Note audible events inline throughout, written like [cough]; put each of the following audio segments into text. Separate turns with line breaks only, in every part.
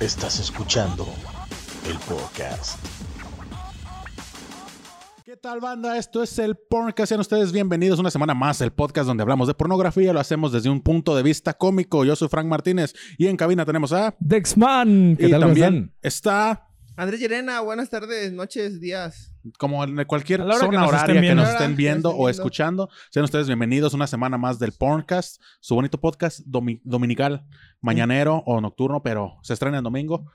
Estás escuchando el podcast.
¿Qué tal, banda? Esto es el Porncast. Sean ustedes bienvenidos una semana más, el podcast donde hablamos de pornografía. Lo hacemos desde un punto de vista cómico. Yo soy Frank Martínez y en cabina tenemos a.
Dexman. ¿Qué
y
tal,
también
también?
está,
Andrés Llerena, buenas tardes, noches, días.
como en cualquier
A la hora que
zona
nos estén
horaria que
viendo. Ah,
nos
A la hora
estén
que
viendo
nos estén
o
viendo.
escuchando, sean ustedes bienvenidos una semana más del Porncast, su bonito podcast domi- dominical, mañanero o nocturno, pero se estrena el domingo.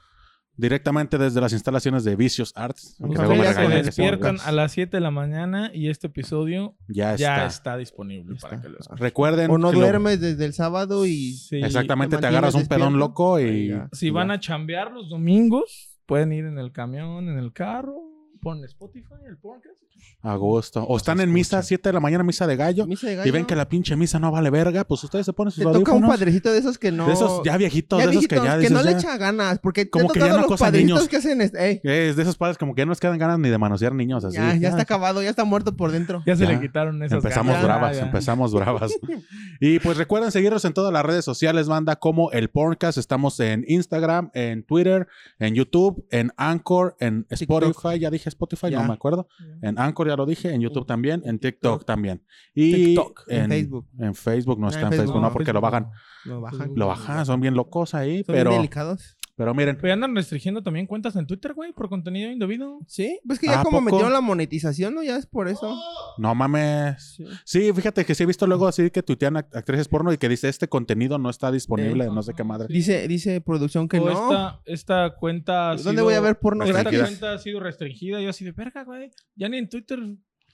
Directamente desde las instalaciones de Vicious Arts. aunque luego me
Ustedes se
regañen que sí,
despiertan
¿verdad?
a las 7 de la mañana y este episodio
Ya está.
ya está disponible para que lo escuchen.
Recuerden.
O no
que lo-
duermes desde el sábado y
Sí.
Exactamente,
te
te agarras un
mantienes
pelón
despierto.
loco
Ahí
y.
ya.
Si van a chambear los domingos, pueden ir en el camión, en el carro, pon Spotify, el podcast.
A gusto. O están en misa, 7 de la mañana, misa de gallo.
Misa de
Y ven
gallo.
que la pinche misa no vale verga, pues ustedes se ponen sus
te toca un
audífonos.
padrecito de esos que no.
De esos ya viejitos, de esos que
viejitos,
ya
no le
dices, ya-
echa ganas, porque
Como
como
que
que
ya no
los
acosan
padrecitos
niños.
que hacen este, ey,
Es de esos padres como que ya no les quedan ganas ni de manosear niños así.
ya, ya está acabado, ya está muerto por dentro.
Ya se
Ya.
le quitaron esas
Empezamos
ganas.
bravas,
Ya, ya.
empezamos bravas.
[laughs]
Y pues recuerden seguirnos en todas las redes sociales, banda, como el Porncast. Estamos en Instagram, en Twitter, en YouTube, en Anchor, en Spotify. Ya dije Spotify,
Ya.
no me acuerdo. En Anchor ya lo dije, en YouTube también, en TikTok también. Y
TikTok.
En Facebook.
En Facebook, no
Ah,
está en
en
Facebook,
Facebook,
no,
no,
porque
Facebook
lo bajan.
Lo bajan.
Lo bajan, son bien locos ahí,
Son
pero,
bien delicados.
pero miren.
Pero pues ya andan restringiendo también cuentas en Twitter, güey, por contenido indebido.
Sí, pues que ya
¿A
como
poco?
metieron la monetización, ¿no? Ya es por eso.
No mames. Sí, fíjate que sí he visto luego así que tuitean act- actrices porno y que dice este contenido no está disponible,
Eh,
no sé qué madre.
Dice, dice producción que
O
no.
esta, esta cuenta. ha
¿Dónde
sido-
voy a ver porno
Esta
gratis?
cuenta ha sido restringida. Yo así de verga, güey. Ya ni en Twitter.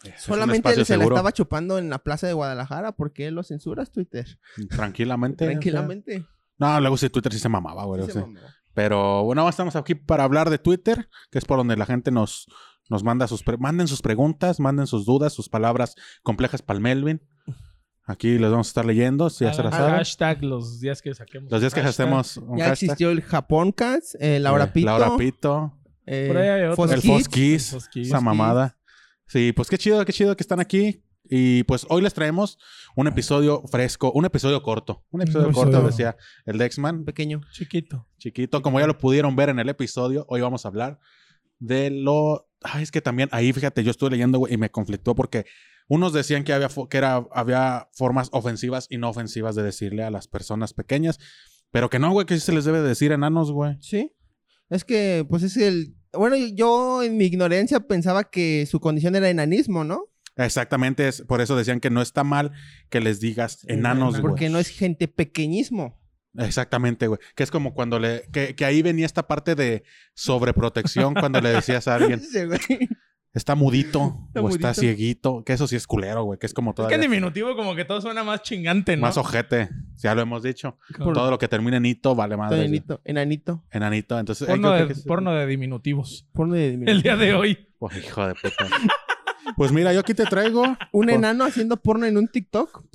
Es un
Solamente
espacio
se la
seguro,
estaba chupando en la plaza de Guadalajara porque lo censuras Twitter.
Tranquilamente.
Tranquilamente.
No, luego sí, Twitter sí se mamaba, güey.
Sí
o
se
sea.
mamó.
Pero bueno, estamos aquí para hablar de Twitter, que es por donde la gente nos, nos manda sus... pre- manden sus preguntas, manden sus dudas, sus palabras complejas para el Melvin. Aquí les vamos a estar leyendo, si ya se las
hagan
saben.
Ah, Hashtag los días que saquemos.
Los días que
Hashtag.
hacemos un
Ya
hashtag.
existió el Japón Cats, eh, la hora
Eh,
pito,
La hora pito.
eh,
Por ahí hay otro.
Fox
El
Kids.
Fox Kiss,
El Fox Kiss.
esa mamada. Sí, pues qué chido, qué chido que están aquí. Y pues hoy les traemos un episodio fresco, un episodio corto. Un episodio
episodio.
corto, decía el Dexman,
pequeño.
Chiquito.
chiquito. Como ya lo pudieron ver en el episodio, hoy vamos a hablar de lo... Ay, es que también ahí, fíjate, yo estuve leyendo güey, y me conflictó porque unos decían que, había, fo- que era, había formas ofensivas y no ofensivas de decirle a las personas pequeñas. Pero que no, güey, que sí se les debe decir enanos, güey.
Sí. Es que, pues es el. Bueno, yo en mi ignorancia pensaba que su condición era enanismo, ¿no?
Exactamente, es, por eso decían que no está mal que les digas enanos,
enanos.
güey.
Porque no es gente pequeñismo.
Exactamente, güey. Que es como cuando le... Que, que ahí venía esta parte de sobreprotección cuando le decías a
[laughs]
alguien,
Ese güey.
está mudito
[laughs]
Está
o está
mudito.
cieguito. Que eso sí es culero, güey. Que es como
Es
todo
que en diminutivo como que todo suena más chingante, ¿no?
más ojete. Ya lo hemos dicho.
Como
Todo lo que termine en ito vale madre. güey.
Enanito. Enanito.
Enanito. Entonces... ahí
porno,
creo
de,
que- que es-
porno de diminutivos.
Porno de-
[laughs] El día de hoy.
Oh, hijo de puta. [laughs] Pues mira, yo aquí te traigo...
Un
Por-
enano haciendo porno en un TikTok.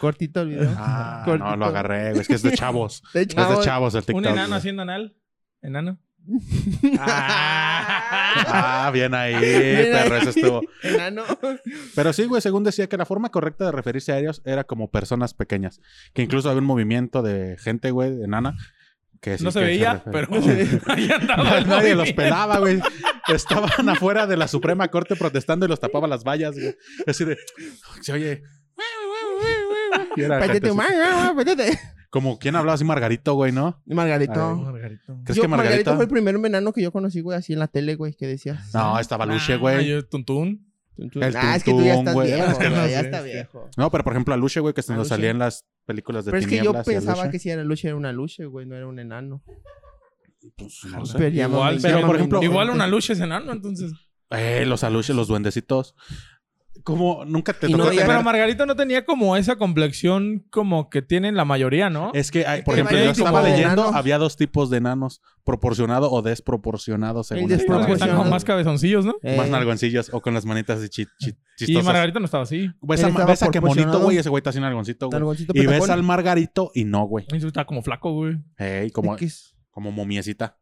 Cortito
[laughs]
el video.
Ah,
Cortito.
no, lo agarré, güey. Es que
[laughs]
es de chavos.
De
Es
chavos.
de chavos el TikTok.
Un enano
güey.
haciendo anal. Enano.
[laughs] Ah, bien ahí,
Bien
perro,
ahí.
eso estuvo.
Enano.
Pero sí, [laughs] güey, según decía que la forma correcta de referirse a ellos era como personas pequeñas. Que incluso había un movimiento de gente, güey, enana. Que sí
no se
que
veía,
refer- [laughs]
pero
No se veía.
[laughs] ahí andaba.
[laughs]
el
Nadie los
[laughs] movimiento.
pelaba, güey. Estaban afuera de la Suprema Corte protestando y los tapaba las vallas, güey. Así de, se oye. Y era gente
Pétete,
así.
Mar- pétete.
Como, ¿quién hablaba así? Margarito, güey, ¿no?
Margarito.
Ay,
Margarito.
¿Crees
Yo-
que Margarito?
fue el primer menano que yo conocí, güey, así en la tele, güey, que decías.
No, estaba Luche, güey.
Ah, yo, Tuntún.
Tun, tun.
El
ah, es que tú ya
tuntún,
estás
güey.
viejo,
Es que
no
güey,
sé,
ya está
es que-
viejo.
No, pero por ejemplo, a Luche, güey, que se nos
Aluche.
salía en las películas de
Pero es que yo
tinieblas y
pensaba
Aluche.
que si era luche, era una luche, güey, no era un enano.
Pues, no sé.
Pero ya
Igual,
mami,
pero,
ya
por
mami,
ejemplo-
no.
Igual una lucha es enano, entonces.
Eh, los aluches, los duendecitos. Como nunca te
Y no
tocó
digan-
tener-
Pero Margarito no tenía como esa complexión como que tienen la mayoría, ¿no?
Es que, hay-
Es
por
que
ejemplo,
hay
yo
tipos
estaba
de
leyendo,
enanos.
había dos tipos de enanos, proporcionado o desproporcionado, según
El
Sí, los que
estaba
están
leyendo.
como más cabezoncillos, ¿no?
Eh,
Más nalgoncillos o con las manitas así chi- chi-
Y
chistosas.
Margarito no estaba así.
Ves
Él
a,
estaba
ves a qué bonito,
proporcionado.
güey, ese güey está sin nalgoncito, güey.
nalgoncito
Y ves
petacón.
al margarito y no, güey.
Estaba como flaco, güey.
Ey, como,
Es que es-
como momiecita.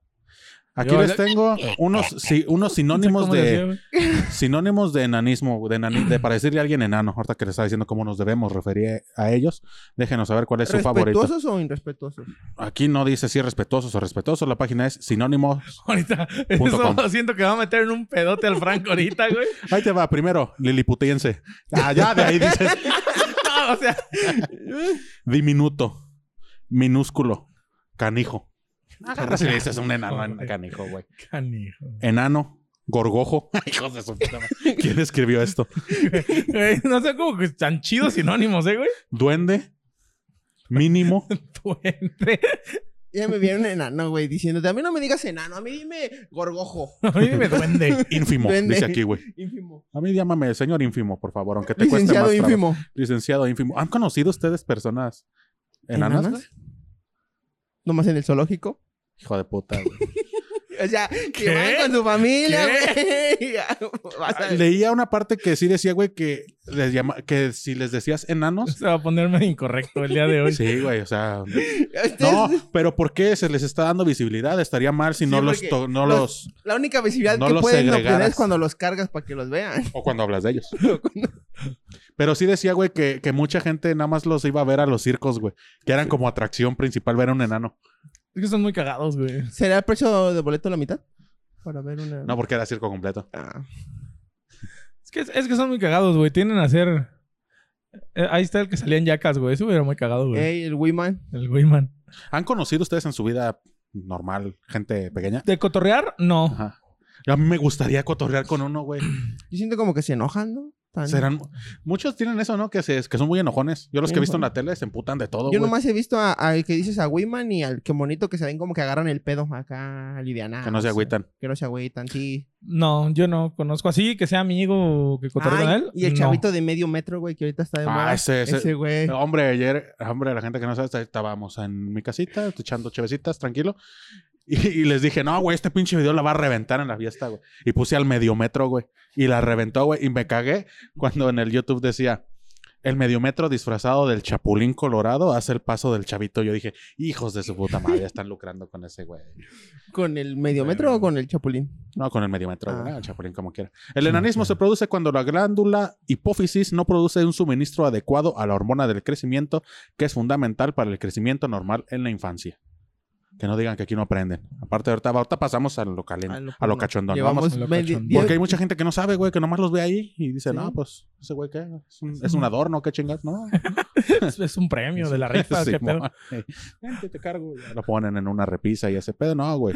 Aquí
Yo
les
le-
tengo unos, si- unos sinónimos
¿Cómo decía,
de
güey? [laughs]
sinónimos de enanismo, de, enani- de para decirle a alguien enano. Ahorita que les está diciendo cómo nos debemos referir a ellos, déjenos saber cuál es su favorito.
¿Respetuosos o irrespetuosos?
Aquí no dice si respetuosos o respetuosos. La página es sinónimos.
Ahorita,
[laughs] Punto
eso
com.
[laughs] siento que va a meter en un pedote al Franco ahorita, güey. [laughs]
Ahí te va primero, liliputiense. Ah, ya de ahí dices
No, Ah, o sea, [laughs]
diminuto, minúsculo, canijo. Agarras y le dices a un enano en- canijo, güey.
canijo.
Enano, [laughs] gorgojo. Hijos de su
[laughs]
puta madre. ¿Quién escribió esto?
Güey, no sé cómo que tan chidos sinónimos, ¿eh, güey? [laughs]
Duende,
[laughs]
mínimo.
Duende. [laughs]
Ya me vieron enano, güey, diciéndote, a mí no me digas enano, a mí dime gorgojo.
A mí me duende. [laughs]
Ínfimo,
Duende.
dice aquí, güey.
Ínfimo.
A mí llámame señor ínfimo, por favor, aunque te
Licenciado
cueste más trabajo.
ínfimo.
Licenciado ínfimo. ¿Han conocido ustedes personas enanas?
¿Enanas?
güey?
Nomás en el zoológico.
Hijo de puta, güey.
[laughs] O sea, que
¿Qué?
van con su familia,
¿Qué?
güey. [laughs] Ya, vas a-
Ah, Leía una parte que sí decía, güey, que, les llama, que si les decías
[laughs]
enanos...
Se va a ponerme incorrecto el día de hoy.
Sí, güey, o sea...
Ustedes-
No, pero ¿por qué se les está dando visibilidad? Estaría mal si
Sí,
no los...
porque
to- no
los-
los...
La única visibilidad
No
que
los
pueden obtener
segregaras.
es cuando los cargas para que los vean. [laughs]
[laughs] O cuando hablas de ellos. Pero sí decía, güey, que, que mucha gente nada más los iba a ver a los circos, güey. Que eran como atracción principal ver a un enano.
Es que son muy cagados, güey.
¿Será el precio de boleto la mitad? Para ver una...
No, porque era circo completo.
Ah.
Es que, es que son muy cagados, güey. Tienen a ser. Eh, ahí está el que salía en Yacas, güey. Ese hubiera muy cagado, güey.
Ey, el Wiman.
El Weyman.
¿Han conocido ustedes en su vida normal gente pequeña?
De cotorrear, no.
Ajá. A mí me gustaría cotorrear con uno, güey.
Yo siento como que se enojan, ¿no? Tan-
Serán... Muchos tienen eso, ¿no? Que, se, que son muy enojones. Yo los que he visto en la tele se emputan de todo,
Yo
güey.
nomás he visto a- al que dices a Wiman y al que bonito que se ven como que agarran el pedo acá, liviana.
Que no se agüitan.
Que no se agüitan, sí.
No, yo no conozco así, que sea amigo o que cotorree con
Ay,
él.
Y el
no.
chavito de medio metro, güey, que ahorita está de
Ah,
moda.
ese- ese-
Ese, güey.
Hombre, ayer, hombre, la gente que no sabe, estábamos en mi casita, echando chevecitas, tranquilo. Y, y les dije, no, güey, este pinche video la va a reventar en la fiesta, güey. Y puse al mediometro, güey. Y la reventó, güey. Y me cagué cuando en el YouTube decía, el mediometro disfrazado del chapulín colorado hace el paso del chavito. Yo dije, hijos de su puta madre, están lucrando con ese, güey.
¿Con el medio metro o con el chapulín?
No, con el mediometro, güey.
Ah.
el chapulín como quiera. El enanismo se produce cuando la glándula hipófisis no produce un suministro adecuado a la hormona del crecimiento, que es fundamental para el crecimiento normal en la infancia. Que no digan que aquí no aprenden. Aparte, ahorita, ahorita pasamos a lo caliente, a lo,
porno.
cachondón.
Llevamos
Vamos-
A lo
medio-
cachondón.
diez-
porque hay mucha gente que no sabe, güey, que nomás los ve ahí y dice,
Sí.
no, pues, ese güey, ¿qué? ¿Es un, es un adorno, qué chingas, ¿no?
Es, es un premio de la rifa.
Sí,
qué pedo. [laughs]
mo- Ey, vente, te cargo. Ya Lo ponen en una repisa y ese pedo. No, güey.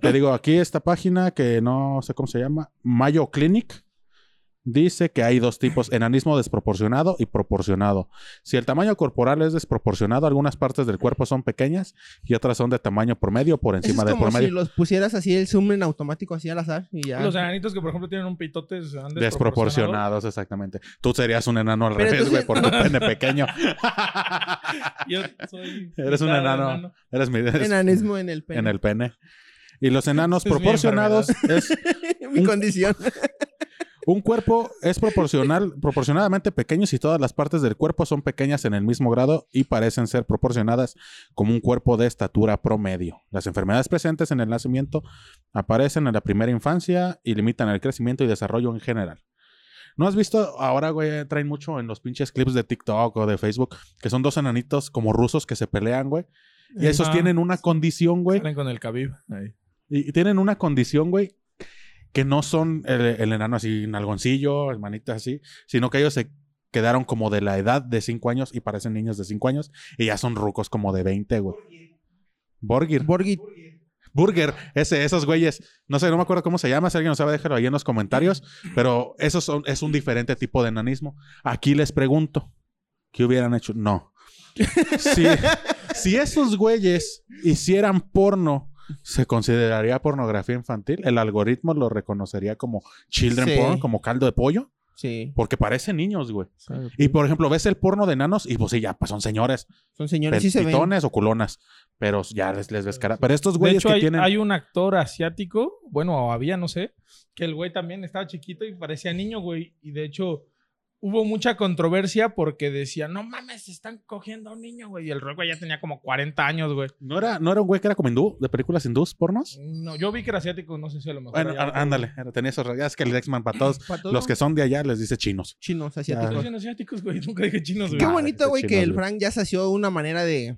te digo, aquí esta página que no sé cómo se llama, Mayo Clinic, dice que hay dos tipos, enanismo desproporcionado y proporcionado. Si el tamaño corporal es desproporcionado, algunas partes del cuerpo son pequeñas y otras son de tamaño promedio por
Eso
encima
es
del
como si
promedio.
los pusieras así el zoom en automático, así al azar y ya.
Los enanitos que, por ejemplo, tienen un pitote. se han desproporcionado.
Desproporcionados, exactamente. Tú serías un enano al
Pero
revés, güey,
entonces-
por tu
[laughs]
pene pequeño. [laughs]
Yo soy.
Eres un
mitad
enano. Eres mi... eres-
[laughs] Enanismo en el pene.
en el pene. Y los enanos
Es mi
proporcionados es
[laughs] Mi condición.
un cuerpo es proporcional, proporcionadamente pequeño si todas las partes del cuerpo son pequeñas en el mismo grado y parecen ser proporcionadas como un cuerpo de estatura promedio. Las enfermedades presentes en el nacimiento aparecen en la primera infancia y limitan el crecimiento y desarrollo en general. ¿No has visto ahora, güey? Traen mucho en los pinches clips de TikTok o de Facebook que son dos enanitos como rusos que se pelean, güey. Y esos
Ah.
tienen una condición, güey,
Salen con el Khabib. ahí.
y y tienen una condición, güey, que no son el, el enano así, nalgoncillo, hermanitas así, sino que ellos se quedaron como de la edad de 5 años y parecen niños de 5 años y ya son rucos como de 20, güey. Burger.
Borghi.
Burger. Ese, esos güeyes. No sé, no me acuerdo cómo se llama. Si alguien lo sabe, déjalo ahí en los comentarios. Pero esos son, es un diferente tipo de enanismo. Aquí les pregunto. ¿Qué hubieran hecho? No. Si, si esos güeyes hicieran porno, ¿se consideraría pornografía infantil? ¿El algoritmo lo reconocería como children
Sí.
porn, como caldo de pollo?
Sí.
Porque parecen niños, güey. Y por ejemplo, ves el porno de enanos y pues sí, ya, pues son señores.
Son señores, sí se ven.
pitones o culonas. Pero ya les, les ves cara. Pero estos
De
güeyes
hecho,
que
hay,
tienen.
hay un actor asiático, bueno, o había, no sé, que el güey también estaba chiquito y parecía niño, güey. Y de hecho, hubo mucha controversia porque decían, no mames, se están cogiendo a un niño, güey. Y el Rock güey, ya tenía como 40 años, güey.
¿No era, ¿No era un güey que era como hindú? ¿De películas hindús pornos?
No, yo vi que era asiático, no sé si a lo mejor.
Bueno,
allá-
á- ándale. era- Tenía esos rayas que el X-Man para todos.
Para todo,
Los que son de allá les dice chinos.
chinos
Estoy
asiáticos.
diciendo asiáticos, güey. [laughs] Nunca dije chinos,
Qué
güey.
Madre,
bonito,
qué
güey, que
chinos,
el
güey.
Frank ya sació una manera de.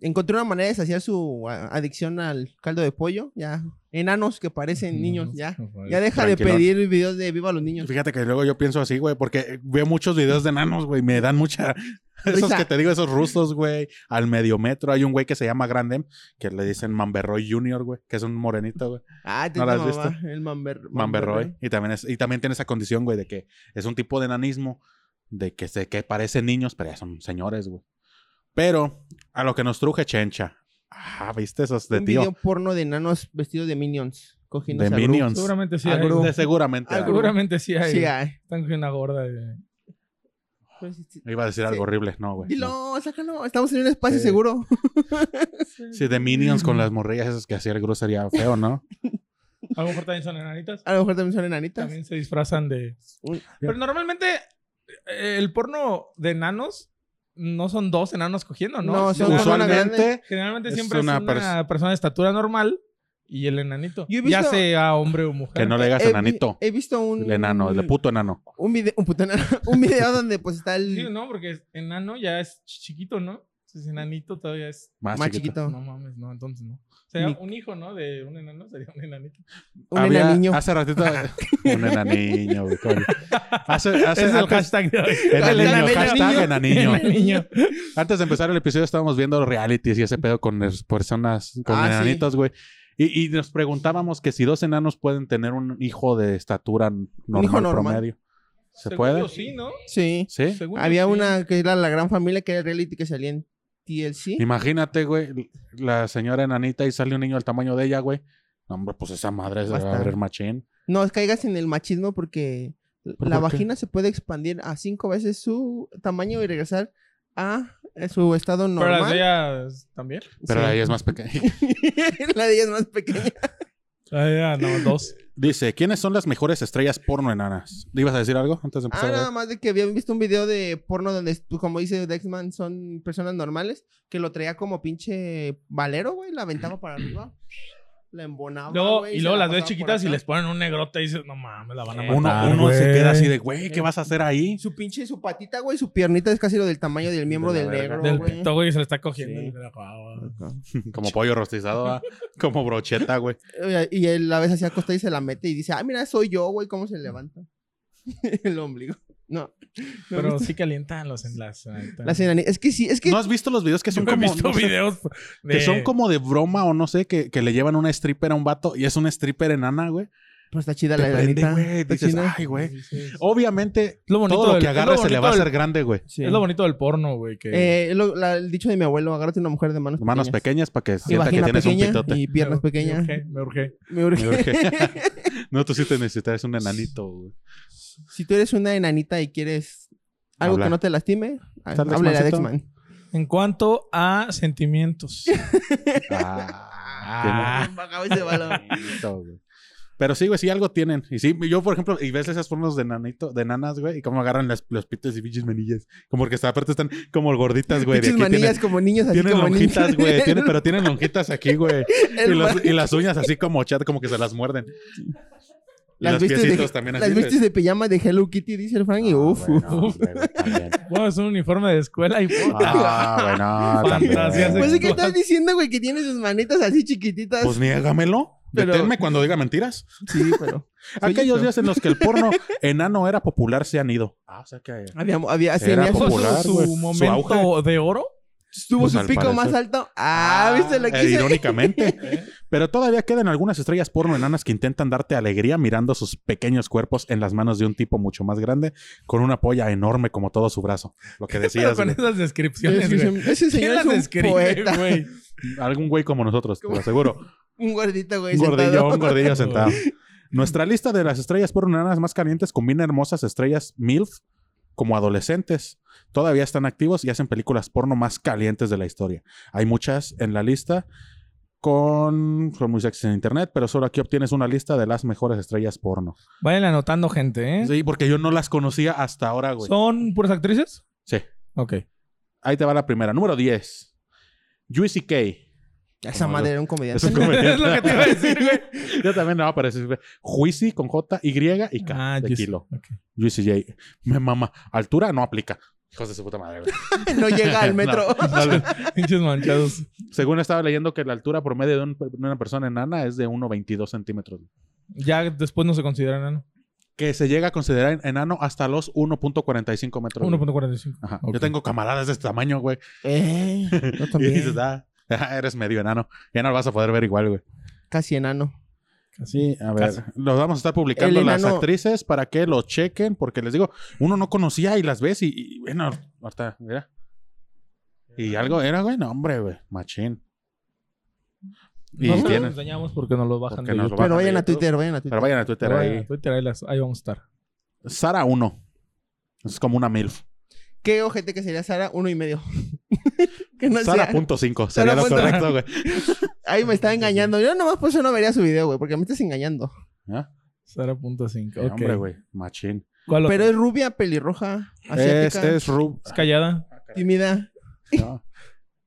Encontró una manera de saciar su a- adicción al caldo de pollo. Ya. Enanos que parecen niños, ya. Ya deja de
Tranquilón.
pedir videos de Viva los niños.
Fíjate que luego yo pienso así, güey, porque veo muchos videos de enanos, güey. Me dan mucha. [laughs] Esos
Risa.
que te digo, esos rusos, güey. Al medio metro. Hay un güey que se llama Grandem, que le dicen Mamberroy Junior, güey, que es un morenito, güey.
Ah, te
¿No lo has
mamá, El Mamber
Mamberroy. Y también, es, y también tiene esa condición, güey, de que es un tipo de enanismo, de que, se, que parecen niños, pero ya son señores, güey. Pero a lo que nos truje Chencha. Ah, ¿viste esos de
Un
tío?
video porno de enanos vestidos de minions. Cogiendo
De Minions.
Seguramente sí
Ah,
hay.
Gru.
De seguramente.
Ah,
algo.
Seguramente sí hay.
Sí, ay.
Están cogiendo una gorda, güey.
Pues, sí, sí.
Iba a decir
Sí.
algo horrible, no, güey. no.
Dilo, sácalo. Estamos en un espacio
Sí.
seguro.
Sí, de Minions con las morrillas esas que hacía el Gru sería feo, ¿no?
A lo mejor también son enanitas.
A lo mejor también son enanitas.
También se disfrazan de.
Un-
Pero normalmente eh, el porno de enanos no son dos enanos cogiendo, ¿no?
[laughs] No, son-
Generalmente-
son-
Usualmente,
Generalmente
Es
siempre
una
es una
pers-
persona de estatura normal y el enanito.
Yo he
Ya
visto-
sea hombre o mujer.
que no le digas
He vi-
enanito.
He visto Eh, un.
El enano, el de puto enano.
Un video, un, puto enano. [laughs] un video donde pues está el.
Sí, no, porque es- enano ya es ch- chiquito, ¿no? Entonces, enanito todavía es.
Más,
Más
chiquito.
chiquito.
No mames, no, entonces no. O sea,
Ni-
un hijo, ¿no? De un enano sería un [laughs] enanito.
Un
Había-
enaniño.
Hace ratito.
[laughs]
un enaniño, güey.
[laughs]
coño. Hace, hace,
es el
antes-
hashtag de [laughs] hoy.
Enaniño,
Enaniño.
hashtag enaniño.
Enaniño.
Antes de empezar el episodio estábamos viendo los realities y ese pedo con las personas, con
Ah, sí.
enanitos, güey. Y, y nos preguntábamos que si dos enanos pueden tener un hijo de estatura normal,
hijo normal.
promedio. ¿Se
Según
puede?
yo sí, ¿no?
Sí.
¿Sí?
Según yo
Había
sí.
una que era la gran familia que era reality que salía en TLC.
Imagínate, güey, la señora enanita y sale un niño del tamaño de ella, güey. No, hombre, pues esa madre se
Va a
va a
estar.
abrir machín.
No caigas en el machismo porque
¿Por
la
qué?
vagina se puede expandir a cinco veces su tamaño y regresar a eh, su estado
Pero las de
normal.
ellas también.
Pero
Sí. [laughs]
ella es más pequeña. [laughs]
la de ella es más pequeña.
La de ellas, Ah, no,
[laughs]
dos.
Dice, ¿quiénes son las mejores estrellas porno enanas? ¿Ibas a decir algo antes de
Ah,
empezar?
nada más de que habían visto un video de porno donde, pues, como dice Dexman, son personas normales, que lo traía como pinche valero, güey, la aventaba para arriba, la embonaba.
Luego,
Ah, güey,
y
se
luego
la
las ves
pasaba por
chiquitas y
acá.
les ponen un negrote y dices, no mames, la van a
Uno-
matar.
Ah,
uno
güey".
se queda así de, güey, ¿qué vas a hacer ahí?
Su pinche, su patita, güey, su piernita es casi lo del tamaño del miembro
De la
del
verga.
negro,
Del
güey.
pito, güey, se le está cogiendo.
Sí.
Y dice, "Ah, güey".
Como pollo rostizado,
[laughs]
¿va? como brocheta, güey.
Oye, Y él la vez así acosta y se la mete y dice, ah, mira, soy yo, güey, cómo se levanta. [laughs] El ombligo. No. ¿No
Pero
viste?
sí calientan los enlaces.
Las enani- Es que sí, es que...
¿No has visto los videos que son
Nunca he
como...
visto
no sé,
videos de...
Que son como de broma o no sé, que, que le llevan una stripper a un vato y es una stripper enana, güey.
Pues está chida
Te
la
prende,
enanita.
güey.
Está
Dices,
chida.
ay, güey.
Sí, sí, sí.
Obviamente,
Es lo bonito
todo lo
del-
que
es lo
agarre se le va a
bonito
hacer grande, güey.
Sí.
Es lo bonito del porno, güey, que...
Eh, lo- la- el dicho de mi abuelo, agárrate una mujer de manos,
Manos pequeñas para que
Y
sienta que
vagina
tienes un
pequeña
[laughs]
pitote.
y piernas
Me-
pequeñas.
Me urge, me urge.
Me
Me urge.
urge. [laughs] No, tú sí te necesitas un enanito,
[laughs]
güey.
[laughs] si tú eres una enanita y quieres algo
Habla.
que no te lastime, a-
¿Está el
háblale a
Dexmancito?
Dexman.
En cuanto a
[laughs]
sentimientos.
Ah,
Bajaba
[laughs]
ese balón.
tiene enanito, güey. Pero sí, güey, sí algo tienen. Y sí, yo, por ejemplo, y ves esas formas de nanito, de nanas, güey, y cómo agarran las, los pitos y bichis manillas. Como que está- aparte están como gorditas, güey. de
Pinches
aquí tienen-
manillas como niños así
Tienen
como
lonjitas,
niños.
güey. tienen-
[laughs]
pero tienen lonjitas aquí, güey.
El
Y, los-
ma-
y las uñas así como chat, como que se las muerden. Y
las
los
vistes de,
piecitos también
las
así.
vistes de pijama de Hello Kitty, dice el Frank, y uf.
Ah, bueno,
uf.
luego también.
Bueno, es un uniforme de escuela y...
Ah,
[laughs]
bueno, también.
Fantasías de-
[laughs] Pues es que
sexual.
estás diciendo, güey, que tiene sus manitas así chiquititas.
Pues niégamelo.
Pero-
Deténme cuando diga mentiras.
sí,
[laughs]
pero Soy
Aquellos
yo.
días en los que el
[laughs]
porno enano era popular se han ido. Ah, o sea que.
había, había así
Era
había su-
¿Eso es
popular,
su
güey. Su
momento
auge.
de oro?
Tuvo
Pues,
su
al
pico
parecer.
más alto. Ah, ¿viste lo que
Eh,
hice?
Irónicamente. Pero todavía quedan algunas estrellas porno enanas que intentan darte alegría mirando sus pequeños cuerpos en las manos de un tipo mucho más grande con una polla enorme como todo su brazo. Lo que
Pero
decías,
con
güey.
esas descripciones,
Ese-
güey.
Ese
¿Quién
señor
las
es un
describe,
poeta.
güey?
algún güey como nosotros, te lo aseguro.
[laughs] Un gordito, güey.
Un gordillo,
sentado.
un
[laughs]
gordillo sentado. Nuestra lista de las estrellas porno enanas más calientes combina hermosas estrellas MILF como adolescentes. Todavía están activos y hacen películas porno más calientes de la historia. Hay muchas en la lista, con, con muy sexy en internet, pero solo aquí obtienes una lista de las mejores estrellas porno.
Vayan anotando gente, ¿eh?
Sí, porque yo no las conocía hasta ahora, güey.
¿Son puras actrices?
Sí.
Ok.
Ahí te va la primera. Número 10. Juicy K.
Esa
Como
madre
yo.
era un
Es
comediante.
un comediante.
[laughs] es lo que te iba a decir, güey.
[laughs] Yo también no, pero es Juicy con J, Y y K.
Ah,
de
yes.
kilo. [laughs]
Ok.
Juicy J. Me mama. Altura no aplica. Hijos de su puta madre. güey.
[laughs] no llega al metro.
[laughs] No, no le-
[laughs] Pinches manchados.
[laughs] Según estaba leyendo que la altura promedio de, un- de una persona enana es de 1,22 centímetros.
Ya después no se consideran enano.
Que se llega a considerar enano hasta los 1.45 metros.
1.45.
[laughs] Ajá.
Ok.
Yo tengo camaradas de este tamaño, güey. [laughs]
Eh, yo
Y dices,
también.
ah, eres medio enano. Ya no lo vas a poder ver igual, güey.
Casi enano.
Sí, a ver.
Casi.
Los vamos a estar publicando
El
las
enano-
actrices para que lo chequen, porque les digo, uno no conocía y las ves y, y, bueno, ahorita, mira. Y algo era, güey, no, hombre, güey, machín. Y
no se los
tienen-
enseñamos porque nos lo bajan
Porque
de
nos lo
YouTube.
Bajan
Pero vayan
de
a
YouTube.
Twitter, vayan a
Pero
Twitter.
vayan a Twitter
Pero vayan a
ahí.
Twitter, ahí, las, ahí vamos a estar.
Sara 1. Es como una MILF.
¿Qué ojete que sería Sara? Uno y medio. [laughs] que [laughs] no sea.
Sara.5 sería
Sara
lo
punto-
correcto, güey.
Ay, me está engañando. Yo nomás por eso no vería su video, güey, porque me estás engañando. [laughs]
¿Ah? Sí,
0.5. Ok.
Hombre, güey, machín.
¿Cuál
Pero
otra?
es rubia, pelirroja,
Este Es,
asiática,
es, rub-
es
[laughs]
callada.
tímida.
no.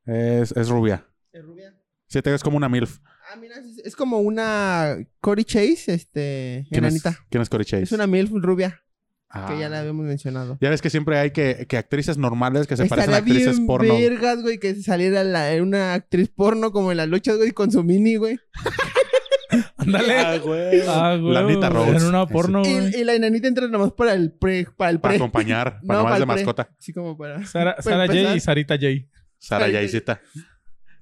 es, es rubia.
¿Es rubia?
Sí, te ves como una MILF.
Ah, mira, es, es como una Cory Chase, este,
¿Quién es,
enanita.
¿Quién es Cory Chase?
Es una MILF rubia,
Ah.
que ya la habíamos mencionado.
Ya ves que siempre hay que, que actrices normales que se parecen a
Estaría
actrices
bien
porno.
vergas, güey, que saliera la- una actriz porno como en las luchas, güey, con su mini, güey.
Ándale.
Ah, güey.
Ah, güey.
Lanita Rhodes.
En una porno, güey.
Y, y la enanita entra nomás para el pre, para el [laughs]
Para
pre.
acompañar,
No,
para nomás
para
de
el pre.
mascota.
Así como para...
Sara,
Para
Sara J
empezar.
y Sarita J.
Sara
Ay,
Yaisita.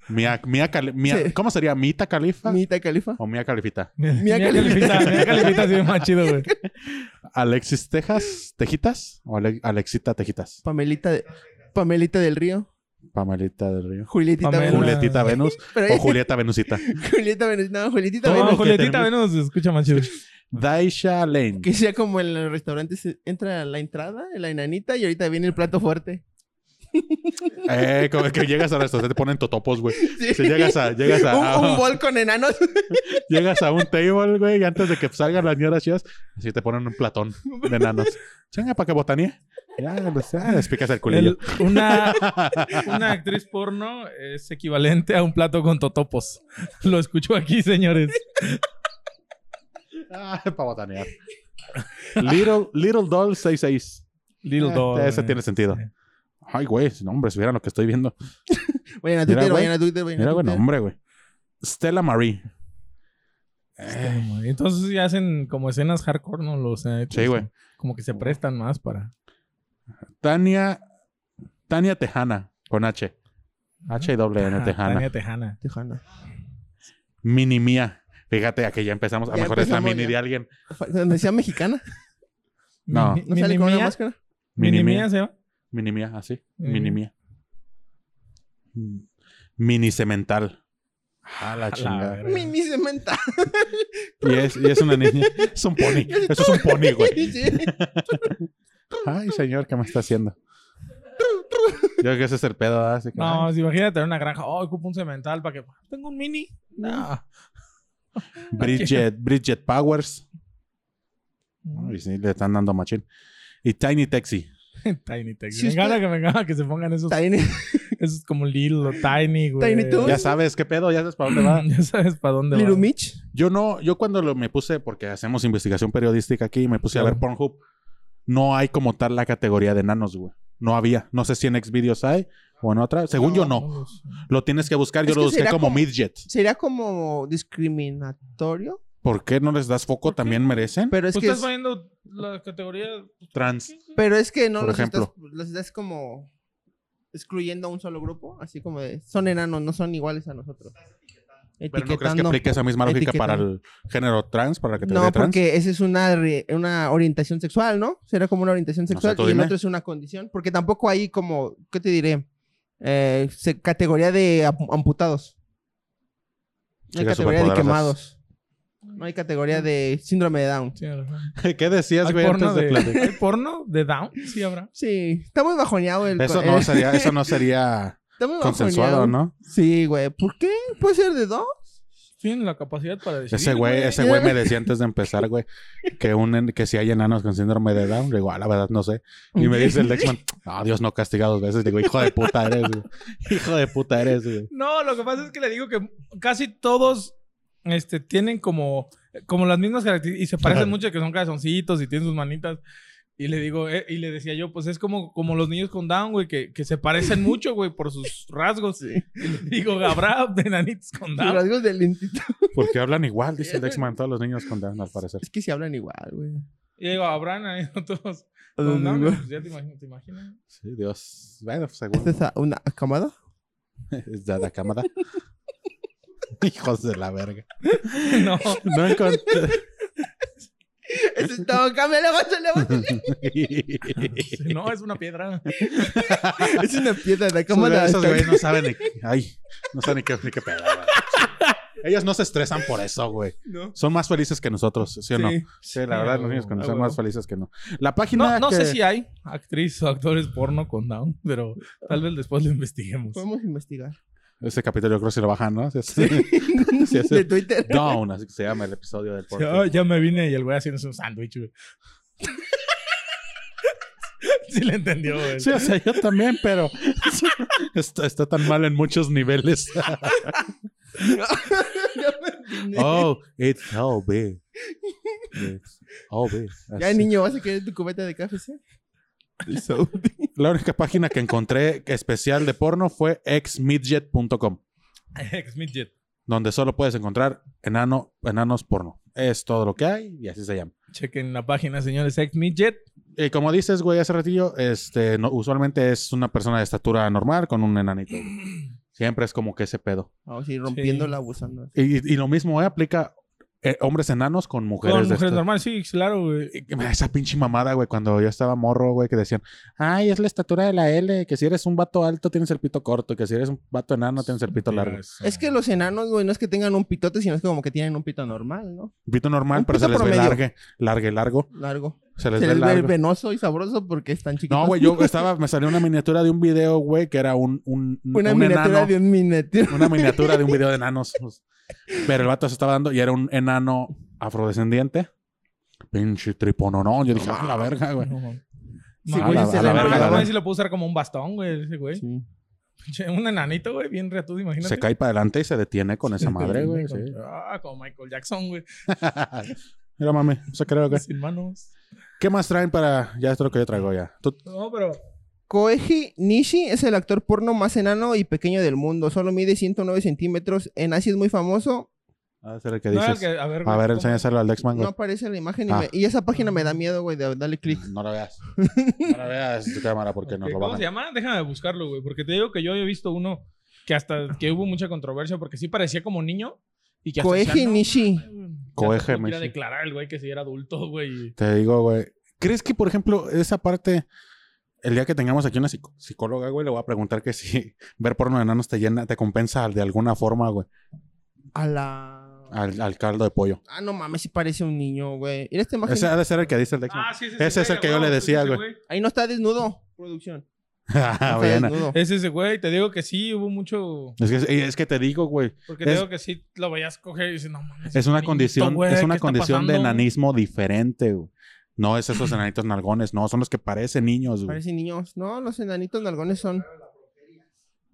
Mia, Mia, Cali- Mia-
Sí.
¿Cómo sería? ¿Mita
Ah.
Califa?
Mita Califa.
¿O Mia Califita?
Mira que
Califita.
Califita. Mira Califita, sí, es más chido,
[laughs]
güey.
¿Alexis Tejas? ¿Tejitas? ¿O Ale- Alexita Tejitas?
Pamelita, de- Pamelita del Río.
Pamelita del Río.
Julietita
Pamela.
Venus.
Julietita Venus
Pero, [laughs] eh,
o Julieta Venusita.
Julieta Venus. No, Julietita
No,
Venus.
Julietita Venus, se escucha más chido.
Daisha Lane.
[laughs] Que sea como en los restaurantes se- entra a la entrada, la enanita, y ahorita viene el plato fuerte.
Eh, como que llegas a restaurante, te ponen totopos, güey.
Sí.
Si llegas a, llegas a,
un,
a- [laughs]
un bol con enanos.
Llegas a un table, güey, y antes de que salgan las señoras chidas, así te ponen un platón de enanos. Chinga, ¿para qué botanía? Ya, pues, ya, les picas el [laughs] [laughs] culillo.
El- una, una actriz porno es equivalente a un plato con totopos. [laughs] Lo escucho aquí,
[laughs]
señores.
Ah, para botanear. Little, Little Doll 66.
Little
Eh,
Dog.
Ese
güey.
tiene sentido. Ay, güey, no, hombre, si vieran lo que estoy viendo.
Vayan
Mira,
a Twitter,
güey.
vayan a Twitter, vayan
Mira,
a
bueno,
Twitter.
hombre, güey. Stella Marie.
Este, güey. Entonces ya hacen como escenas hardcore, ¿no? Los escenarios,
Sí, güey.
¿no? Como que se prestan más para.
Tania. Tania Tejana, con H. H y doble
[laughs]
N,
Ajá,
Tejana.
Tania Tejana.
Tejana.
Mini Mía. Fíjate, aquí ya empezamos. A lo
Ya
mejor es la
empezamos,
mini
ya.
de alguien.
Fa- Donde sea mexicana.
No.
No sale con una
Minimía.
máscara.
Minimía se llama.
Minimía, así.
Ujú.
Minimía. Mm. Mini cemental. A la
la
chingada.
verga.
Mini cementa.
Y es, y es una niña. Es un pony. Eso es un pony, güey.
[laughs] Sí.
Ay, señor, ¿qué me está haciendo? Yo creo que ese es el pedo, ¿verdad? Así que, ah,
No, sí, imagínate tener una granja. Oh, ocupo un cemental para que. Tengo un mini. No.
ay. Bridget, Bridget Powers. Ay, sí, le están dando machín. Y Tiny Taxi.
[laughs] Tiny Tech.
Si
me
usted-
encanta que me encanta que se pongan
Pues,
esos.
Está bien.
Esos como Little o Tiny, güey.
Tiny Toons.
Ya sabes qué pedo, ya sabes para dónde va.
[laughs] Ya sabes para dónde
Little
va.
Mitch.
Yo no, yo cuando lo- me puse, porque hacemos investigación periodística aquí, me puse a ver
Claro.
Pornhub. No hay como tal la categoría de enanos, güey. No había. No sé si en Xvideos hay o en otra. Según yo, no. Lo tienes que buscar. Yo
Es
lo
que
busqué
será
como,
como-
midget.
Sería como discriminatorio.
¿Por qué no les das foco?
¿Por qué?
¿También merecen?
Pero es
Tú
que.
Pues estás
es-
poniendo la categoría.
Trans.
Pero es que no
Por
los estás,
ejemplo.
los estás como excluyendo a un solo grupo, así como de son enanos, no son iguales a nosotros.
Pero no crees que
Etiquetando.
aplique esa misma lógica
Etiquetando.
para el género trans, para la
no,
categoría trans.
porque esa es una, re- una orientación sexual, ¿no? Será como una orientación
sé,
sexual
tú
y el
dime.
otro es una condición, porque tampoco hay como, ¿qué te diré? Eh, se- categoría de am- amputados. No hay
Chicas
categoría de
superpoderosas. Mm.
quemados. No hay categoría de síndrome de Down.
Sí, ajá.
[laughs] ¿Qué decías,
¿Hay,
güey,
porno
antes de
de,
platicar?
¿Hay porno de Down? Sí, habrá.
Sí, está muy bajoneado el...
Eso
co- [laughs]
no
el-
sería, eso no sería
está muy bajoneado.
consensuado, ¿no?
Sí, güey. ¿Por qué? ¿Puede ser de dos?
tienen la capacidad para decir.
Ese güey, ese güey me decía antes de empezar, güey, que, un, en- que si hay enanos con síndrome de Down, le digo, ah, la verdad no sé. Y me dice el Dexman, ah, Dios no castiga dos veces. Le digo, hijo de puta eres, güey. Hijo de puta eres, güey.
No, lo que pasa es que le digo que casi todos este, tienen como, como las mismas características y se parecen mucho que son cabezoncitos y tienen sus manitas. Y le digo, eh, y le decía yo, pues es como, como los niños con Down, güey, que, que
[laughs]
se parecen mucho, güey, por sus rasgos. Y le digo, habrá enanitos con
Los
Down.
rasgos del instituto.
Porque hablan igual, dice el Dexman, todos los niños con Down, al parecer.
[laughs] Es que se hablan igual, güey.
Y digo, habrán enanitos todos con Down. Y pues, ya te imagino- ¿te imaginas? [laughs]
Sí, Dios. Bueno, pues,
¿Esta
según
es a- una camada?
es de la cámara. [laughs] Hijos de la verga.
No.
No [laughs] encontré.
Eso estaba cámbiale, bájale, bájale.
No, es una piedra.
[laughs] Es una piedra de
Esos
cámara.
güey- Esos güeyes no saben ni... Ay, no saben ni qué, ni qué pedo, güey. Ellos no se estresan por eso, güey.
No.
Son más felices que nosotros, ¿sí o no? Sí, la verdad, los niños con
Ah,
son
huevo.
más felices que no. La
No,
página.
no
que-
sé si hay actriz o actores porno con Down, pero tal vez después lo investiguemos.
Podemos investigar.
Ese este capítulo yo creo que se lo bajan, ¿no? Sí, sí. [laughs] Sí, sí.
De Twitter.
[laughs] Down, así que se llama el episodio del
Sí,
podcast.
"Ay, ya me vine y el güey haciéndose un sándwich, güey. [laughs] sí le entendió, güey.
Sí, o sea, yo también, pero [laughs] está, está tan mal en muchos [laughs] niveles.
Ya
[laughs]
me vine.
Oh, it's all big. It's all big.
Ya,
Así.
niño, ¿vas a querer tu cubeta de KFC?
La única página que encontré especial de porno fue exmidget.com,
Ex midget.
donde solo puedes encontrar enano, enanos porno. Es todo lo que hay y así se llama.
Chequen la página, señores. Ex midget.
Y eh, como dices, güey, hace ratillo, este, no- usualmente es una persona de estatura normal con un enanito.
[clears throat]
güey. Siempre es como que ese pedo.
Vamos a ir Oh, rompiéndola, abusando.
Y, y lo mismo, eh, aplica eh, hombres enanos con mujeres.
Con
de
mujeres
esta-
normales, sí, claro, güey.
Y- y- Esa pinche mamada, güey, cuando yo estaba morro, güey, que decían, ay, es la estatura de la L, que si eres un vato alto tienes el pito corto, que si eres un vato enano tienes el pito largo.
Es que los enanos, güey, no es que tengan un pitote, sino es como que tienen un pito normal, ¿no?
Pito normal,
Un
pero se
pito
les ve
promedio.
largue, largue, largo.
Largo.
Se les
Se
ve
les ve
largo.
venoso y sabroso porque están chiquitos.
No, güey, yo estaba, me salió una miniatura de un video, güey, que era un, un,
[laughs] Una
un
miniatura
enano.
de un miniatura.
Una miniatura de un video de enanos. pues. Pero el vato se estaba dando y era un enano afrodescendiente. Pinche tripononón. Yo dije, ah, la verga, güey.
No, güey.
Sí,
Ah,
güey,
la-
se
a
le
la
Ah,
verga,
ve-
a la
güey,
verga.
sí lo puedo usar como un bastón, güey, ese güey.
Sí.
Che, Un enanito, güey, bien reatudo, imagínate.
Se cae para adelante y se detiene con esa madre, güey.
Con-
sí.
Ah, como Michael Jackson, güey.
Mira, mami. Eso creo que.
Sin manos.
¿Qué más traen para.? Ya esto es lo que yo traigo ya. Tú-
No, pero.
Koeji Nishi es el actor porno más enano y pequeño del mundo. Solo mide 109 centímetros. En Asia es muy famoso.
a ver el que
No,
dices.
el que- a ver,
A
güey,
ver,
¿cómo?
enséñaselo al Dexman,
No
güey.
aparece la imagen y,
Ah.
me- y esa página me da miedo, güey, de darle clic.
No lo
[laughs]
veas. No lo veas tu cámara porque nos
Ok,
lo
¿Cómo
bajan.
se llama? Déjame buscarlo, güey. Porque te digo que yo había visto uno que hasta que hubo mucha controversia porque sí parecía como niño y que hasta
Koeji
decían, "No,
Nishi.
mames, güey". Ya
Koeji
hasta tuvo que ir a
Nishi.
declarar el güey que si era adulto, güey. y-
Te digo, güey. ¿Crees que, por ejemplo, esa parte, el día que tengamos aquí una psico- psicóloga, güey, le voy a preguntar que si [laughs] ver porno de enanos te llena, te compensa de alguna forma, güey, Ah.
A la...
al, al caldo de pollo?
Ah, no mames, si parece un niño, güey. Mira esta imagen.
Ese ha de ser el que dice el Dexman.
Ah, sí,
Ese es el que yo
güey,
le
es
decía,
ese
güey.
Ahey no está desnudo, producción.
[laughs] Ah,
No está
bueno.
desnudo.
Es ese güey, te digo que sí, hubo mucho.
Es que, es que te digo, güey,
Porque te
Es-
digo que sí lo vayas a coger y dices, no mames.
es una
pinito,
condición,
güey,
es una
¿qué está
condición de
pasando?"
enanismo diferente, güey. No es esos enanitos nalgones, no, son los que parecen niños, güey.
Parecen niños. No, los enanitos nalgones son...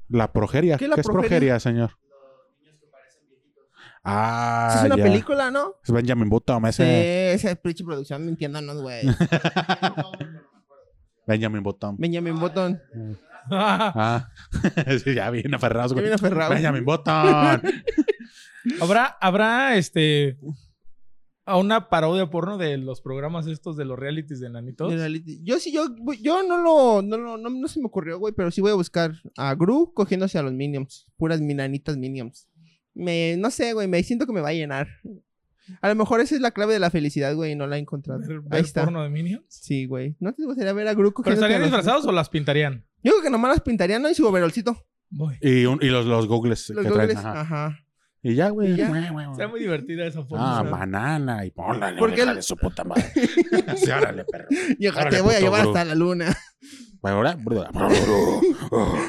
La progeria. ¿Qué,
¿Qué es la
es progeria, señor? Ah,
es una
ya.
película, ¿no?
Es Benjamin Button,
Sí,
ese.
esa es pinche producción,
[laughs]
entiéndanos, güey.
Benjamin Button.
Benjamin Button.
Ah, [laughs] sí, ya viene aferrado.
Ya viene aferrado.
Benjamin Button.
[laughs] ¿Habrá, habrá este. A una parodia porno de los programas estos de los realities de nanitos.
De reality. Yo sí, yo, yo no lo, no lo, no, no se me ocurrió, güey, pero sí voy a buscar a Gru cogiéndose a los Minions, puras minanitas Minions. Me, no sé, güey, me siento que me va a llenar. A lo mejor esa es la clave de la felicidad, güey, y no la he encontrado.
Ver, ver
Ahí está.
porno de Minions.
Sí, güey. ¿No te gustaría ver a Gru
¿Pero
cogiéndose a
estarían
los-
disfrazados o las pintarían?
Yo creo que nomás las pintarían, ¿no? Y su overolcito.
Voy.
Y, un- y los, los googles
Los
que traen,
dobles.
ajá.
Ajá.
Y ya,
Y
güey.
ya.
Güey, güey, güey.
Está muy divertida esa foto.
Ah, banana. Y ponla
Porque
Porque
el- [laughs]
su puta madre. sí, órale, perro.
Y ojalá
Órale,
te voy a
puto
llevar
Gru.
hasta la luna. [laughs]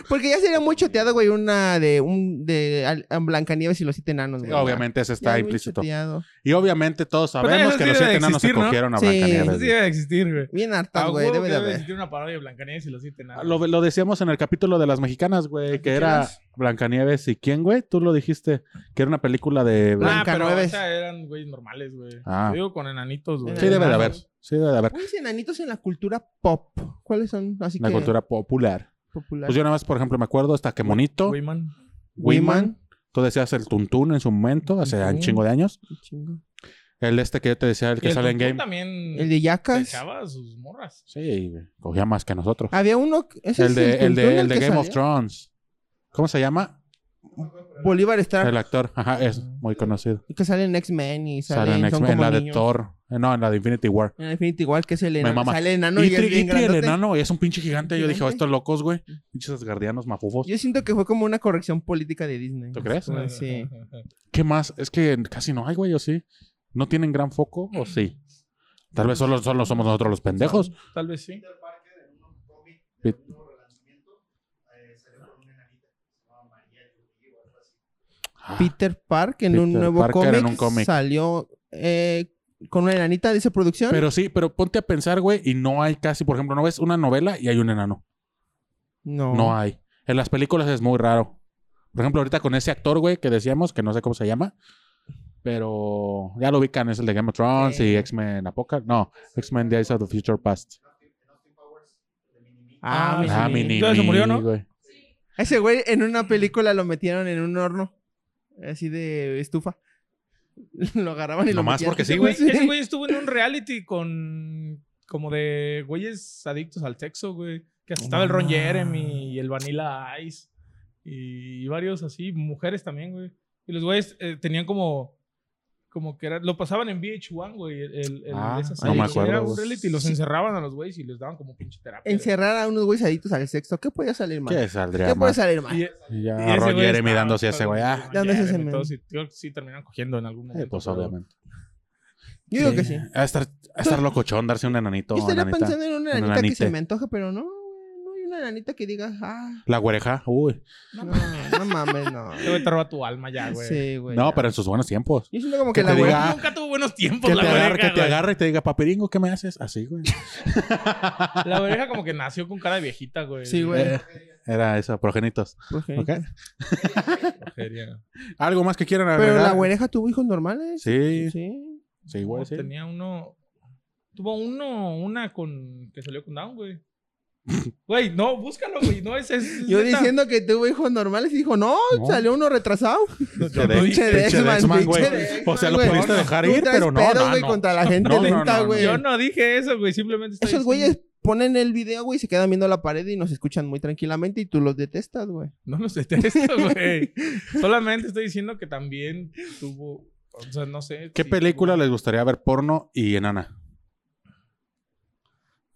Porque ya sería muy choteado, güey, una de un de al- a Blancanieves y los siete enanos, güey.
Obviamente ese
Ya
está
muy
implícito.
choteado.
Y obviamente todos
Pero
sabemos
eso
que
sí
los siete
debe de
enanos se
existir, ¿no?
cogieron a
Sí.
Eso
Blancanieves.
sí debe de existir, güey.
Bien
A
Ah,
hartas, güey,
huevo
debe
que debe
de haber.
existir una parodia de Blancanieves y los siete enanos.
Lo, lo decíamos en el capítulo de las mexicanas, güey, que era
quieras.
Blancanieves y quién, güey? Tú lo dijiste, que era una película de...
Ah,
Blanca
pero
Nueves.
esa eran güeyes normales, güey.
Ah.
Yo digo con enanitos, güey.
Sí debe de haber, sí debe de haber.
Unos enanitos en la cultura pop. ¿Cuáles son? Así
La
que
cultura popular.
popular.
Pues yo nada más, por ejemplo, me acuerdo hasta que Monito,
Güey, man.
Wiman, tú decías el Tuntún en su momento, hace
Tuntún.
un chingo de años.
Chingo.
El este que yo te decía, el
Y
que
el
sale en
Tuntún
Game.
también
El pues. de
se
Yacas.
echaba a sus morras.
Sí, güey, cogía más que nosotros.
Había uno. Ah, ¿ese
el
es
de, el de-
tuntún
el de
que
Game of
salía?
Thrones. ¿Cómo se llama?
Bolívar Star.
El actor. Ajá, es muy conocido.
Que sale en X-Men y sale,
Sale en
son
X-Men, en la
como
de
niños.
Thor. Eh, No, en la de Infinity War.
En Infinity igual que es el enano.
mama.
Sale el enano y, es
Itri,
bien
Itri, el
grandote.
enano, es un pinche gigante. Yo dije, oh,
Gigante.
estos locos, güey. Pinches asgardianos mafufos.
Yo siento que fue como una corrección política de Disney.
Pues ¿Tú crees?
Ah, [laughs]
Como, Sí.
¿Qué más? Es que casi no hay, güey, o sí. ¿No tienen gran foco o sí? Tal vez solo, solo somos nosotros los pendejos.
Tal vez sí.
Ah,
Peter Park en un
Peter
nuevo
Parker en
cómic,
un cómic.
salió eh, con una enanita de esa producción.
Pero sí, pero ponte a pensar, güey, y no hay casi, por ejemplo, no ves una novela y hay un enano.
no.
No hay. En las películas es muy raro. Por ejemplo, ahorita con ese actor, güey, que decíamos, que no sé cómo se llama, pero ya lo ubican, es el de Game of Thrones
Sí.
y X-Men Apocalypse. No, X-Men Days of the Future Past.
Ah,
Ah,
mini.
Ah,
sí.
mini.
Entonces se murió,
mini,
¿no?
güey.
Ese güey en una película lo metieron en un horno. Así de estufa. [laughs] lo agarraban y lo
Nomás
metían.
porque sí,
[laughs]
Güey, Ese güey estuvo en un reality con. Como de güeyes adictos al sexo, güey. Que hasta estaba el Ron
Ah.
Jeremy y el Vanilla Ice. Y varios así, mujeres también, güey. Y los güeyes eh, tenían como. Como que era, lo pasaban en VH1, güey. El, el- el-
Ah,
esa
no
serie.
me
Era
acuerdo,
un
güey.
reality y los encerraban a los güeyes y les daban como pinche terapia.
Encerrar a unos güeyes adictos al sexo. ¿Qué podía salir mal?
¿Qué
¿Qué,
saldría
puede
más?
salir mal?
Y- e-
Y
y
ya
ese
Ah, Ron
güey
Jeremy
estaba
dándose a ese güey. Ah,
con
Dándose
Jeremy
ese
y todo,
men.
sí, creo que sí terminaron cogiendo en algún momento.
eh, pues
pero-
obviamente.
Yo digo que sí.
A estar, a estar locochón, darse un enanito.
Yo estaría
enanita.
pensando en una
una
enanita que
enanite.
se me antoje, pero no, güey, no hay una enanita que diga, ah,
La güereja, uy.
no, no mames, no.
Te voy a robar tu alma [laughs] ya, güey.
Sí, güey.
no,
ya.
pero en sus buenos tiempos.
Yo siento como que,
que
la
te
güey.
diga, Ah,
Nunca tuvo buenos tiempos
Que te,
la oreja,
agarre, que te
güey.
agarre y te diga, papiringo, ¿qué me haces? Así, güey.
La oreja como que nació con cara de viejita, güey.
[laughs] Sí, güey.
Eh, Era eso, progenitos.
porque-
"Ah, pues, ¿Ok?
Brujería.
¿Algo más que quieran agregar?
Pero la güereja tuvo hijos normales.
Sí,
Sí.
sí, güey,
No,
sí.
Tenía uno... Tuvo uno, una con... Que salió con Down,
[laughs]
güey. Güey, no, búscalo, güey. No, es... es- es
Yo
neta.
diciendo que tuvo hijos normales y dijo, no,
No.
salió uno retrasado.
No,
Pinche
no dije-
Pinche
Pinche
Dexman,
Dexman,
pinche
güey.
Dexman,
O sea, lo
güey.
pudiste dejar
Tú
ir,
traes
pero no,
pedo,
no,
güey,
no.
contra la gente
No, no,
lenta,
no, no.
güey.
Yo no dije eso, güey. Simplemente estoy
Esos
diciendo-
güeyes ponen el video, güey, se quedan viendo la pared y nos escuchan muy tranquilamente y tú los detestas, güey.
No los
[laughs]
detesto, güey. Solamente estoy diciendo que también tuvo... O sea, no sé.
¿Qué
si
película
tuvo-
les gustaría ver porno y enana?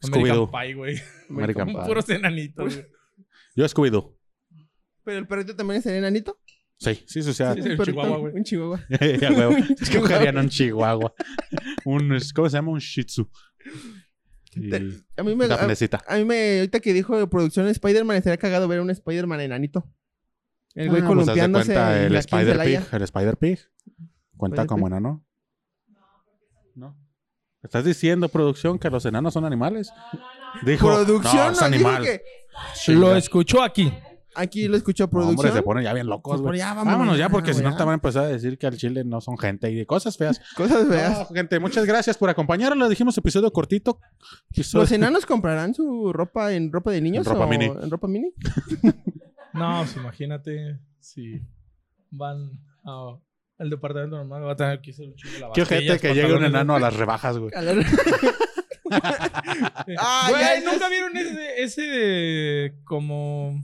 American
Scooby-Doo.
Pie, güey.
American
Como
Pie.
Puros enanitos, güey.
Yo Scooby-Doo.
Pero el perrito también es el enanito.
Sí, sí, sí, o sea. [laughs]
Sí,
Un
sí. el
perrito,
chihuahua, güey.
Un chihuahua.
a huevo. Es
[laughs]
que cogerían un chihuahua. Un, ¿Cómo se llama? Un shih tzu. Y
Te- A mí me... a-
Dafnecita.
A mí me, ahorita que dijo de producción de Spider-Man, estaría cagado ver un Spider-Man enanito. El güey
Ah, pues, haz de
columpiándose.
cuenta
en
el
la King
Spider
Zelaya.
Pig. El Spider Pig. Cuenta
Spider
como enano. No. Estás diciendo, producción, que los enanos son animales. Dijo,
Producción
no, es
nos dijo
animal.
que-
Lo escuchó aquí.
Aquí lo escuchó
No, hombre,
producción.
se ponen ya bien locos,
Se
güey.
pone- ya, vámonos
vámonos, ya,
ya,
porque si
güey,
no
ya.
te van a empezar a decir que al chile no son gente y de cosas feas.
Cosas [laughs] feas.
No, gente, muchas gracias por acompañarnos. Dijimos episodio cortito. Episodio-
¿Los enanos comprarán su ropa en ropa de niños?
En ropa
o
mini.
¿En ropa mini?
No, pues imagínate si van a- al departamento normal, va a tener que hacer un chingo de
Qué
lavaplatos,
gente que llegue un
pantalones,
enano a las rebajas, güey.
A la-
[laughs]
güey.
Ah,
Güey,
ya, ya
¿nunca
es-
vieron ese, ese de como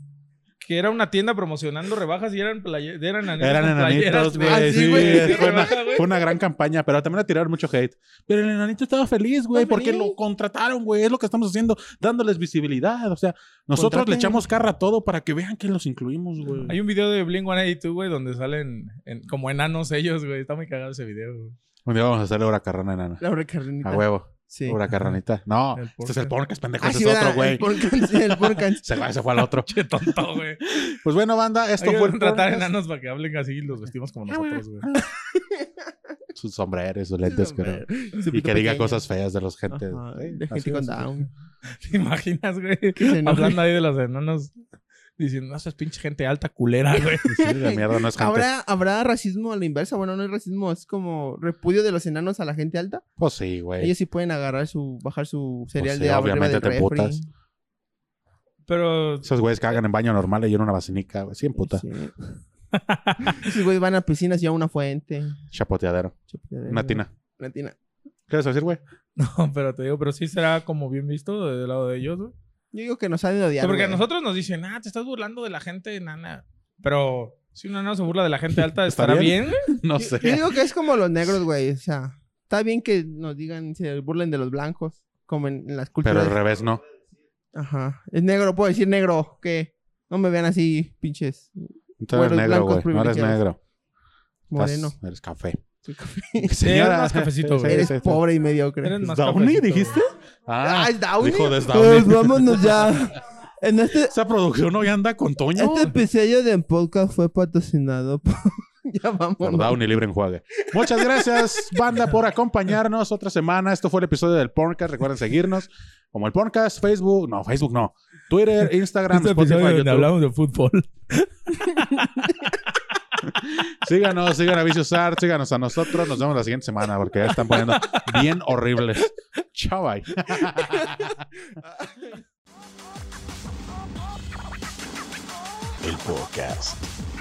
que era una tienda promocionando rebajas y eran playe- eran, enanos
Eran
con playeras,
enanitos,
Ah,
güey.
sí,
Sí,
güey.
es- fue, una,
Rebaja, güey.
fue una gran campaña, pero también le tiraron mucho hate. Pero el enanito estaba feliz, güey,
Estaba
porque
feliz.
lo contrataron, güey. Es lo que estamos haciendo, dándoles visibilidad. O sea, nosotros
Contraten.
le echamos carra a todo para que vean que los incluimos, güey.
Hay un video de Blink 182, güey, donde salen en- como enanos ellos, güey. [laughs] Está muy cagado ese video, güey.
Un día vamos a hacerle hora carrana enana.
La hora carnita.
A huevo.
Sí.
Sobre carranita. No,
El
este es el
podcast.
podcast, pendejo.
Ah,
Ese
sí,
es otro,
¿verdad?
güey.
El Porncans, el
[laughs]
Porncans.
Se fue, se fue al
[laughs]
otro.
Che tonto, güey.
Pues bueno, banda,
Esto
[laughs] esto fue Ah, el [laughs]
tratar
podcast.
enanos para que hablen así y los vestimos como nosotros, güey.
Sus sombreros, sus lentes, creo.
[laughs] Su
Y
pito
que diga
pequeño.
cosas feas de los gente.
Ajá,
Sí,
de
así
gente con
es.
Down.
[laughs] ¿Te imaginas, güey?
Que [laughs] se enoja.
Hablando ahí de los enanos diciendo, no, esa es pinche gente alta culera, güey.
Sí, la mierda no es gente.
¿Habrá, ¿Habrá racismo a la inversa? Bueno, no es racismo, es como repudio de los enanos a la gente alta.
Pues sí, güey.
Ellos sí pueden agarrar su, bajar su cereal
sí,
de arriba
obviamente
del
te
refri.
emputas.
Pero
Esos güeyes cagan en baño normal y yo en una vacinica, güey. Sí, en puta.
Pues Sí. Esos güeyes van a piscinas y a una fuente.
Chapoteadero. Una tina.
Una tina.
Este, ¿Qué vas a decir, güey?
No, pero te digo, pero sí será como bien visto del lado de ellos, güey.
Yo digo que nos han de odiar.
Porque a
güey.
nosotros nos dicen, ah, te estás burlando de la gente nana. Pero si un nano se burla de la gente
[laughs]
alta,
¿Está
¿estará
bien?
bien?
[laughs] No
Yo-
sé.
Yo, digo que es como los negros, güey. O sea, está bien que nos digan, se burlen de los blancos, como en, en las
Pero
culturas.
al revés no.
Ajá. Es negro, puedo decir negro, que no me vean así, pinches.
Tú eres
Güeros
negro, güey.
blancos
No eres
privilegiados.
negro. Estás- [laughs]
Moreno.
Eres café.
Soy [laughs]
Eres más cafecito, güey.
Eres
sí, sí.
pobre y mediocre.
Eres más
¿Downey
cafecito,
dijiste?
Ah, es Downey.
Dijo de
Pues
Downey. [laughs]
vámonos ya. En este,
Esa producción hoy anda con Toño.
este episodio de podcast fue patrocinado por... [laughs] ya
Por
vámonos.
Downey Libre Enjuague. Muchas gracias, banda, por acompañarnos otra semana. Esto fue el episodio del Porncast. Recuerden seguirnos como el Porncast, Facebook. No, Facebook no.
[laughs]
Twitter, Instagram,
Este
Spotify,
episodio donde
YouTube.
hablamos de fútbol.
Síganos, sigan a Vicious Art, síganos a nosotros. Nos vemos la siguiente semana porque ya están poniendo bien horribles. Chao, bye.
El podcast.